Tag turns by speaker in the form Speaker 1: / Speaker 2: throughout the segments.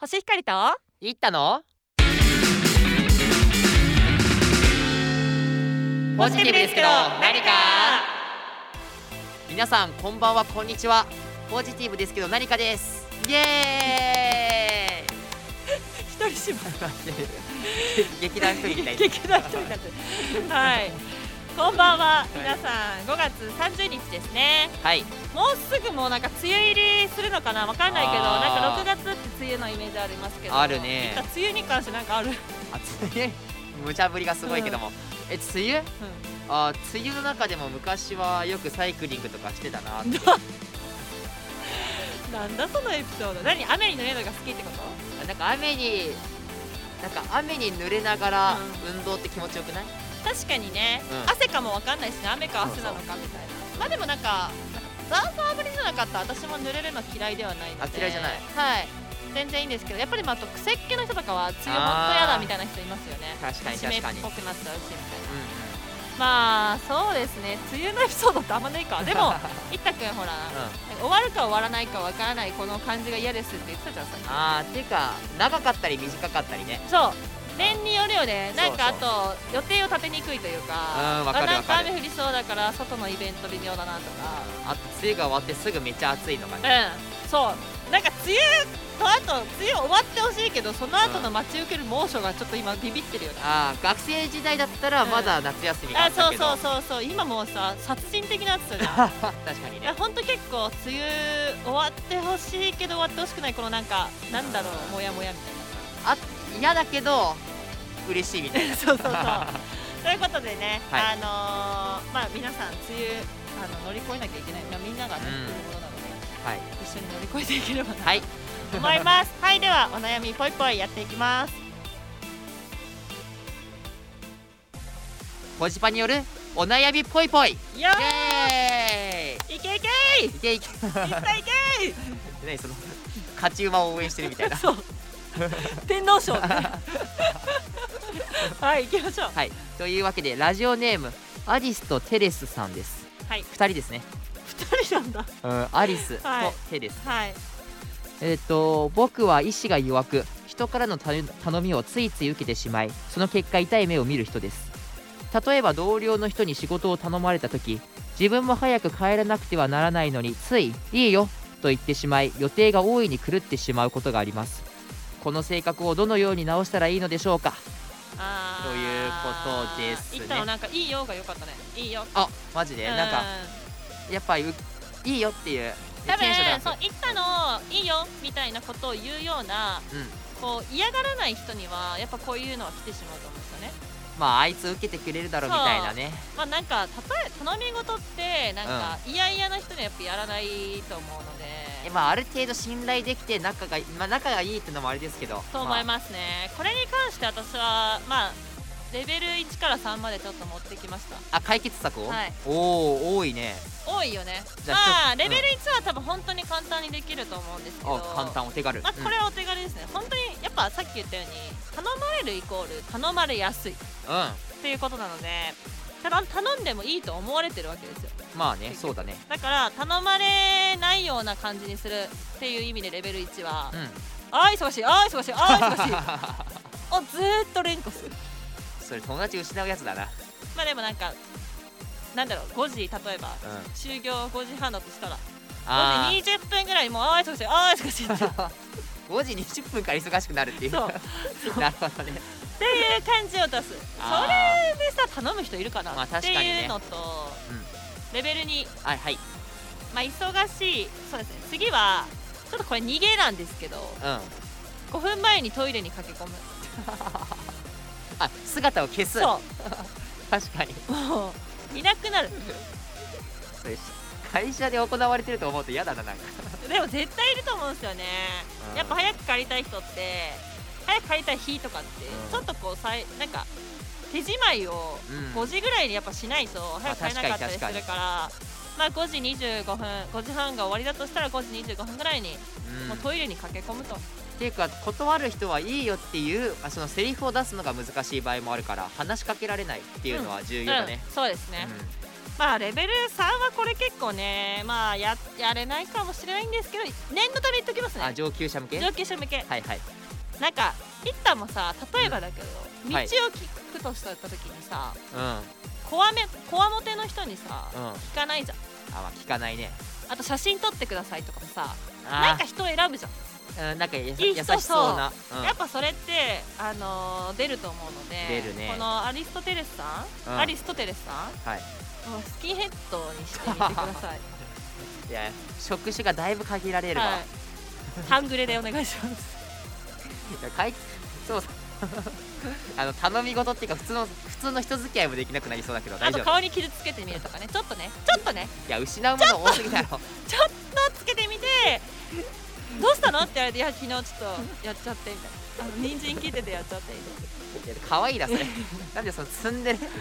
Speaker 1: 星光と
Speaker 2: 行ったのポジティブですけど何か皆さんこんばんはこんにちはポジティブですけど何かですイエーイ
Speaker 1: 一人芝居
Speaker 2: 劇団一人みたいな
Speaker 1: 劇団一人だってはいこんばんは皆さん5月30日ですね
Speaker 2: はい
Speaker 1: もうすぐもうなんか梅雨入りするのかなわかんないけどなん
Speaker 2: あ
Speaker 1: か
Speaker 2: ー
Speaker 1: 6月って梅雨のイメージありますけど
Speaker 2: あるね
Speaker 1: なんか梅雨に関してなんかある、うん、
Speaker 2: 暑い無茶ぶりがすごいけども、え梅雨あー梅雨の中でも昔はよくサイクリングとかしてたなって
Speaker 1: なんだそのエピソード何雨に濡れるのが好きってこと
Speaker 2: なんか雨になんか雨に濡れながら運動って気持ちよくない、
Speaker 1: 確かにね、
Speaker 2: うん
Speaker 1: 汗かもわかんないしね雨か汗なのかみたいなまあでもなんかザーザーぶりじゃなかった私も濡れるの嫌いではないので
Speaker 2: あ嫌いじゃない
Speaker 1: はい全然いいんですけどやっぱりまああと癖っ気の人とかは梅雨本当嫌だみたいな人いますよね
Speaker 2: 確かに
Speaker 1: 湿っ
Speaker 2: 確かに、う
Speaker 1: ぽ
Speaker 2: ん
Speaker 1: くなっちゃうしみたいな
Speaker 2: う
Speaker 1: まあそうですね梅雨のエピソードってあんまない かでもいったくんほら、
Speaker 2: ん、
Speaker 1: 終わるか終わらないかわからないこの感じが嫌ですって言ってたじゃんさっき
Speaker 2: あーっていうか長かったり短かったりね
Speaker 1: そう年によるよねなんかあ
Speaker 2: そうそ
Speaker 1: と予定を立てにくいというか
Speaker 2: うんわかる
Speaker 1: あなんか
Speaker 2: わかる
Speaker 1: 雨降りそうだから外のイベント微妙だなとか
Speaker 2: あと梅雨が終わってすぐめっちゃ暑いのがね
Speaker 1: うんそうなんか梅雨とあと梅雨終わってほしいけどその後の待ち受ける猛暑がちょっと今ビビってるよね、
Speaker 2: あー学生時代だったらまだ夏休みがあ
Speaker 1: あ
Speaker 2: った
Speaker 1: そう
Speaker 2: けど、
Speaker 1: そうそうそう今もうさ殺人的な暑さじゃん
Speaker 2: 確かに
Speaker 1: い
Speaker 2: ね
Speaker 1: や本当結構梅雨終わってほしいけど終わってほしくないこのなんかなんだろうモヤモヤみ
Speaker 2: あ嫌だけど嬉しいみた
Speaker 1: た
Speaker 2: い
Speaker 1: い
Speaker 2: な
Speaker 1: な そうそうそうということでね、
Speaker 2: はい
Speaker 1: あのーまあ皆さん梅雨あの乗り越えなきゃいけない、まあ、みんながね、
Speaker 2: うん
Speaker 1: 来るものなので
Speaker 2: はい
Speaker 1: 一緒に乗り越えていければな
Speaker 2: はい
Speaker 1: と思いますはいではお悩みぽいぽいやっていきます
Speaker 2: ポジパによるお悩みぽいぽいイ
Speaker 1: よ
Speaker 2: エ
Speaker 1: ーいけいけ
Speaker 2: ーイいけいけ
Speaker 1: いっぱいいけ
Speaker 2: 何その勝ち馬を応援してるみたいな
Speaker 1: そう天皇 賞ねはい行きましょう
Speaker 2: はいというわけでラジオネームアリスとテレスさんです
Speaker 1: はい
Speaker 2: 2人ですね、
Speaker 1: 二人なんだ
Speaker 2: うん、アリスと
Speaker 1: はい
Speaker 2: テレス、
Speaker 1: はい
Speaker 2: えっ、と僕は意志が弱く人からの頼頼みをついつい受けてしまいその結果痛い目を見る人です例えば同僚の人に仕事を頼まれた時自分も早く帰らなくてはならないのについ「いいよ」と言ってしまい予定が大いに狂ってしまうことがありますこの性格をどのように直したらいいのでしょうか
Speaker 1: あー
Speaker 2: ということですね
Speaker 1: 言ったのなんかいいよが良かったねいいよ
Speaker 2: あマジでなん
Speaker 1: う
Speaker 2: かやっぱういいよっていう
Speaker 1: 多分
Speaker 2: テンションが
Speaker 1: そう言ったのいいよみたいなことを言うような
Speaker 2: うん
Speaker 1: こう嫌がらない人にはやっぱこういうのは来てしまうと思うんですよね
Speaker 2: まああいつ受けてくれるだろうみたいなね
Speaker 1: まあなんか例え頼み事ってなんか嫌々な人にはやっぱやらないと思うので、
Speaker 2: えまあある程度信頼できて仲が、まあ、仲がいいってのもあれですけど
Speaker 1: と思いますね、これに関して私はまあレベル1から3までちょっと持ってきました
Speaker 2: あ解決策を、
Speaker 1: はい
Speaker 2: おお多いね
Speaker 1: 多いよね
Speaker 2: じゃ
Speaker 1: ま
Speaker 2: あ
Speaker 1: あ
Speaker 2: 一つ
Speaker 1: レベル1は多分本当に簡単にできると思うんですけど
Speaker 2: あ簡単お手軽、
Speaker 1: まあ、これはお手軽ですね、本当にやっぱさっき言ったように頼まれるイコール頼まれやすいっ
Speaker 2: うん、うん
Speaker 1: ていうことなのでただ頼んでもいいと思われてるわけですよ
Speaker 2: まあね
Speaker 1: 結局
Speaker 2: そうだね
Speaker 1: だから頼まれないような感じにするっていう意味でレベル1は、
Speaker 2: うん
Speaker 1: あー忙しいあー忙しいあー忙しいをずーっと連呼する
Speaker 2: それ友達失うやつだな
Speaker 1: まあでもなんかなんだろう5時例えば
Speaker 2: うん
Speaker 1: 就業5時半だとしたら
Speaker 2: あ
Speaker 1: 5時20分ぐらいにもうあー忙しいあー忙しいって
Speaker 2: 5時20分から忙しくなるっていう
Speaker 1: そう
Speaker 2: なるほどね
Speaker 1: っていう感じを出すそれ
Speaker 2: あ
Speaker 1: でさ頼む人いるかな、
Speaker 2: まあ
Speaker 1: って
Speaker 2: 確かにね
Speaker 1: いうのと、レベル2、
Speaker 2: ーはいはい
Speaker 1: まあ、忙しいそうですね次はちょっとこれ逃げなんですけど
Speaker 2: うん
Speaker 1: 5分前にトイレに駆け込む
Speaker 2: あ姿を消す
Speaker 1: そ
Speaker 2: 確かに
Speaker 1: うもういなくなる
Speaker 2: それし会社で行われてると思うと嫌だななんか
Speaker 1: でも絶対いると思うんですよね
Speaker 2: うん
Speaker 1: やっぱ早く帰りたい人って早く帰りたい日とかって
Speaker 2: うん
Speaker 1: ちょっとこうさいなんか手じまいを
Speaker 2: うん
Speaker 1: 5時ぐらいにやっぱしないと早く帰らなかったり
Speaker 2: 確
Speaker 1: す
Speaker 2: かに
Speaker 1: るからまあ5時25分5時半が終わりだとしたら5時25分ぐらいに
Speaker 2: うん
Speaker 1: もうトイレに駆け込むと
Speaker 2: っていうか断る人はいいよっていうあそのセリフを出すのが難しい場合もあるから話しかけられないっていうのは重要だね、
Speaker 1: うんそうですね、
Speaker 2: うん
Speaker 1: まあレベル3はこれ結構ねまあややれないかもしれないんですけど念のため言っときます
Speaker 2: あ
Speaker 1: ね
Speaker 2: 上級者向けは
Speaker 1: 上級者向け
Speaker 2: いはい
Speaker 1: なんかピッタもさ例えばだけど、
Speaker 2: ん
Speaker 1: 道を
Speaker 2: はい
Speaker 1: 聞くとした時にさ
Speaker 2: うんうんあ
Speaker 1: こわめこわもての人にさ
Speaker 2: ま
Speaker 1: 聞かないじゃん
Speaker 2: あ聞かないね
Speaker 1: あと写真撮ってくださいとかもさなん
Speaker 2: あ
Speaker 1: か人を選ぶじゃん、
Speaker 2: ーうんなんかやさ
Speaker 1: い
Speaker 2: 優
Speaker 1: い人
Speaker 2: しそうなうん
Speaker 1: やっぱそれって、あのー出ると思うので
Speaker 2: 出るね
Speaker 1: このアリストテレスさん、
Speaker 2: うん
Speaker 1: アリストテレスさん、
Speaker 2: はい
Speaker 1: もうスキンヘッドにしてみてくだ さい
Speaker 2: いや職種がだいぶ限られるわ、
Speaker 1: はい半グレでお願いします
Speaker 2: いやかいそう あの頼み事っていうか普通の普通の人付き合いもできなくなりそうだけど
Speaker 1: あ
Speaker 2: 大
Speaker 1: と
Speaker 2: 丈夫
Speaker 1: 顔に傷つけてみるとかねちょっとねちょっとね
Speaker 2: いや失うもの多すぎだろ
Speaker 1: ちょっとつけてみてどうしたのって言われていや昨日ちょっとやっちゃってみたいなあの人参切っててやっちゃってみたいない
Speaker 2: や可愛いなそれなんでそのツンデレみたいな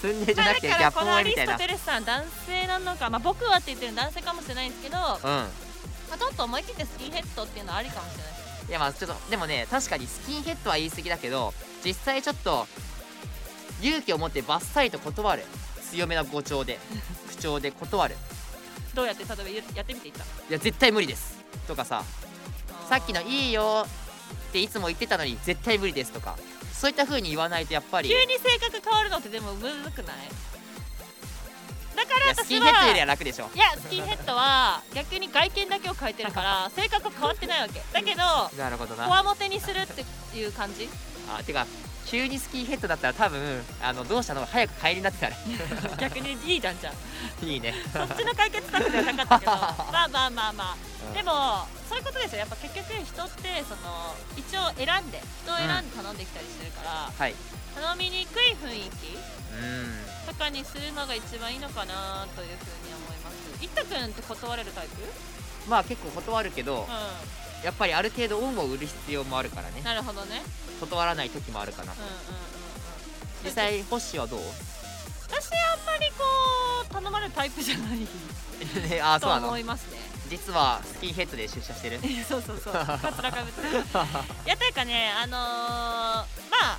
Speaker 2: ツンデレじゃなくてギ
Speaker 1: まあ
Speaker 2: ャ
Speaker 1: だから
Speaker 2: ップ
Speaker 1: この
Speaker 2: 萌
Speaker 1: ア
Speaker 2: えみ
Speaker 1: リ
Speaker 2: たい
Speaker 1: ス
Speaker 2: な
Speaker 1: トテレスさん男性なのか、まあ、僕はって言ってる男性かもしれないんですけど、ま
Speaker 2: うん
Speaker 1: あ、ちょっと思い切ってスキンヘッドっていうのはありかもしれないです
Speaker 2: いやまあちょっとでもね確かにスキンヘッドは言い過ぎだけど実際ちょっと勇気を持ってバッサリと断る強めな語調 で口調で断る
Speaker 1: どうやって例えば言うやってみていった
Speaker 2: いや絶対無理ですとかささっきの「いい
Speaker 1: よ
Speaker 2: よ」っていつも言ってたのに絶対無理ですとかそういった風に言わないとやっぱり
Speaker 1: 急に性格変わるのってでもむずくないだか
Speaker 2: い
Speaker 1: ら
Speaker 2: やスキ
Speaker 1: 私
Speaker 2: ンヘッドより
Speaker 1: は
Speaker 2: は楽でしょ
Speaker 1: いやスキンヘッドは逆に外見だけを変えてるから性格は変わってないわけだけど
Speaker 2: なるほど
Speaker 1: こ
Speaker 2: な
Speaker 1: わもてにするっていう感じ
Speaker 2: あてか急にスキンヘッドだったら多分あのどうしたの早く帰りになってたら
Speaker 1: 逆にいいじゃんじゃん
Speaker 2: いいね
Speaker 1: そっちの解決策ではなかったけ どまあまあまあまあ
Speaker 2: うん
Speaker 1: でもそういうことですよやっぱ結局人ってその一応選んで人を選んで頼んできたりしてるから、
Speaker 2: はい
Speaker 1: 頼みにくい雰囲気
Speaker 2: うん
Speaker 1: とかにするのが一番いいのかなというふうに思いますいったくんって断れるタイプう
Speaker 2: まあ結構断るけど
Speaker 1: ん
Speaker 2: やっぱりある程度恩を売る必要もあるからね
Speaker 1: なるほどね
Speaker 2: 断らない時もあるかな
Speaker 1: うんうんうんうん
Speaker 2: 実際ホッシ ーはどう
Speaker 1: 私あんまりこう頼まれるタイプじゃない
Speaker 2: ねあ
Speaker 1: と
Speaker 2: そうな
Speaker 1: 思
Speaker 2: の
Speaker 1: いますね
Speaker 2: 実はスキンヘッドで出 社してる
Speaker 1: そうそうそうかつらかぶ っていやというかねあのーまあ、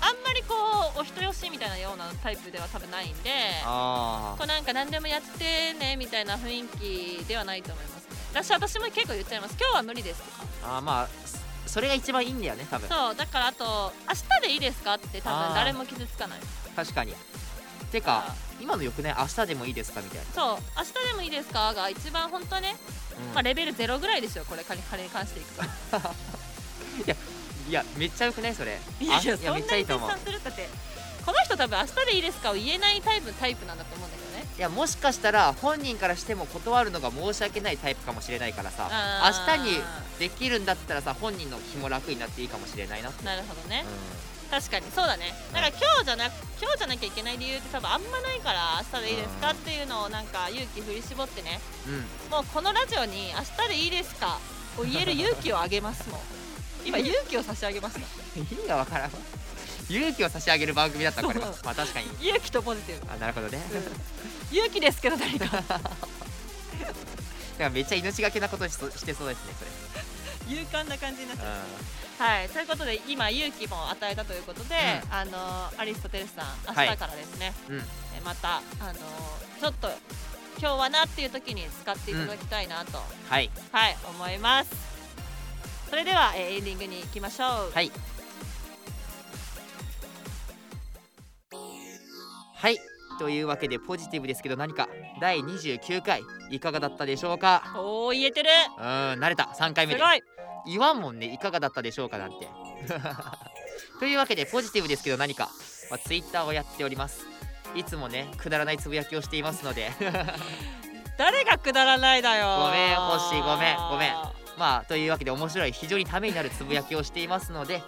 Speaker 1: あんまりこうお人よしみたいなようなタイプでは多分ないんで
Speaker 2: あ
Speaker 1: こうなんか何でもやってねみたいな雰囲気ではないと思いますね私私も結構言っちゃいます今日は無理ですとか
Speaker 2: ーあーまあそそれが一番いいんだよね多分
Speaker 1: そうだからあと明日でいいですかって多
Speaker 2: あ
Speaker 1: 分
Speaker 2: ー
Speaker 1: 誰も傷つかない
Speaker 2: 確かにてか今のよくね明日でもいいですかみたいな、
Speaker 1: そう明日でもいいですかが一番本当はね、
Speaker 2: うん
Speaker 1: まあ、レベル0ぐらいですよこれ彼彼に関していくと
Speaker 2: いやめっちゃよくないそれ
Speaker 1: いや
Speaker 2: あ
Speaker 1: いやそんな
Speaker 2: め
Speaker 1: に
Speaker 2: っちゃいい
Speaker 1: 絶
Speaker 2: と思う
Speaker 1: 賛するったってこの人多分明日でいいですかを言えないタイプタイプなんだと思うんだけどね
Speaker 2: いやもしかしたら本人からしても断るのが申し訳ないタイプかもしれないからさ
Speaker 1: あー
Speaker 2: 明日にできるんだったらさ本人の気も楽になっていいかもしれないな、うん、
Speaker 1: なるほどね確かにそうだねだから今日じゃな今日じゃなきゃいけない理由って多分あんまないから明日でいいですか
Speaker 2: うん
Speaker 1: っていうのをなんか勇気振り絞ってね
Speaker 2: うん
Speaker 1: もうこのラジオに明日でいいですかを言える勇気をあげますもん今勇気を差し上げました
Speaker 2: 意味がわからんわ勇気を差し上げる番組だったこれは
Speaker 1: そう
Speaker 2: まあ確かに
Speaker 1: 勇気とポジティブ
Speaker 2: あなるほどね、
Speaker 1: うん 勇気ですけど何か
Speaker 2: でもめっちゃ命がけなことしそしてそうですねそれ、
Speaker 1: 勇敢な感じになっちゃう
Speaker 2: う
Speaker 1: はい、ということで今勇気も与えたということで、
Speaker 2: う
Speaker 1: あのアリストテレスさん
Speaker 2: はい
Speaker 1: 明日からですね、
Speaker 2: うん
Speaker 1: えまたあのちょっと今日はなっていう時に使っていただきたいなと、
Speaker 2: ん、はい
Speaker 1: はい思いますそれでは、えーエンディングに行きましょう、
Speaker 2: はいはいというわけでポジティブですけど何か第29回いかがだったでしょうか
Speaker 1: おお言えてる
Speaker 2: うーん慣れた3回
Speaker 1: す
Speaker 2: 目で
Speaker 1: ごい
Speaker 2: 言わんもんねいかがだったでしょうかなんて というわけでポジティブですけど何か、まあ、Twitter をやっておりますいつもねくだらないつぶやきをしていますので
Speaker 1: 誰がくだらないだよ
Speaker 2: ごめん星ごめんごめんまあというわけで面白い非常にためになるつぶやきをしていますので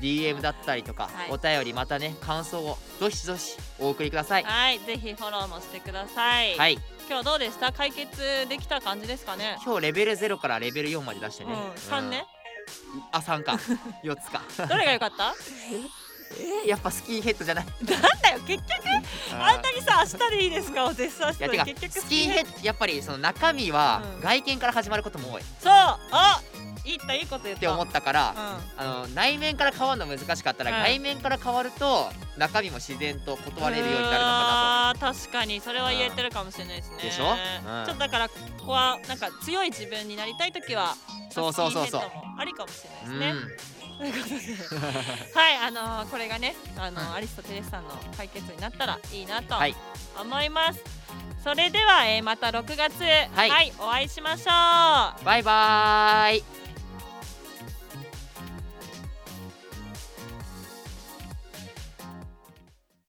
Speaker 2: DM だったりとか、
Speaker 1: はい
Speaker 2: お便りまたね感想をどしどしお送りください
Speaker 1: はいぜひフォローもしてください、
Speaker 2: はい
Speaker 1: 今日どうでした解決できた感じですかね
Speaker 2: 今日レベル0からレベル4まで出して
Speaker 1: うん
Speaker 2: ね、
Speaker 1: 3ね、
Speaker 2: うんあ3か 4つか
Speaker 1: どれが良かった
Speaker 2: えーやっぱスキンヘッドじゃない
Speaker 1: なんだよ結局あんなにさ明日でいいですかを絶賛し
Speaker 2: い
Speaker 1: て
Speaker 2: や
Speaker 1: る
Speaker 2: てか
Speaker 1: 結局
Speaker 2: スキンヘッドやっぱりその中身は
Speaker 1: うん
Speaker 2: 外見から始まることも多い、
Speaker 1: そうあいいったいいこと言った
Speaker 2: って思ったから、あの内面から変わるの難しかったら、
Speaker 1: うん
Speaker 2: 外面から変わると中身も自然と
Speaker 1: うん、
Speaker 2: 断れるようになるの
Speaker 1: う
Speaker 2: か
Speaker 1: わー確かにそれは言えてるかもしれないですね
Speaker 2: でしょうん
Speaker 1: ちょっとだからここはなんか強い自分になりたい時は
Speaker 2: そうそうそうそう
Speaker 1: ハスキーヘッドもありかもし
Speaker 2: なと、
Speaker 1: れないですね、ということではいあのーこれがねあのー
Speaker 2: うん
Speaker 1: アリスとテレスさんの解決になったらいいなと
Speaker 2: はい
Speaker 1: 思います、それでは、えーまた6月
Speaker 2: い
Speaker 1: お会いしましょう
Speaker 2: うん、バイバーイ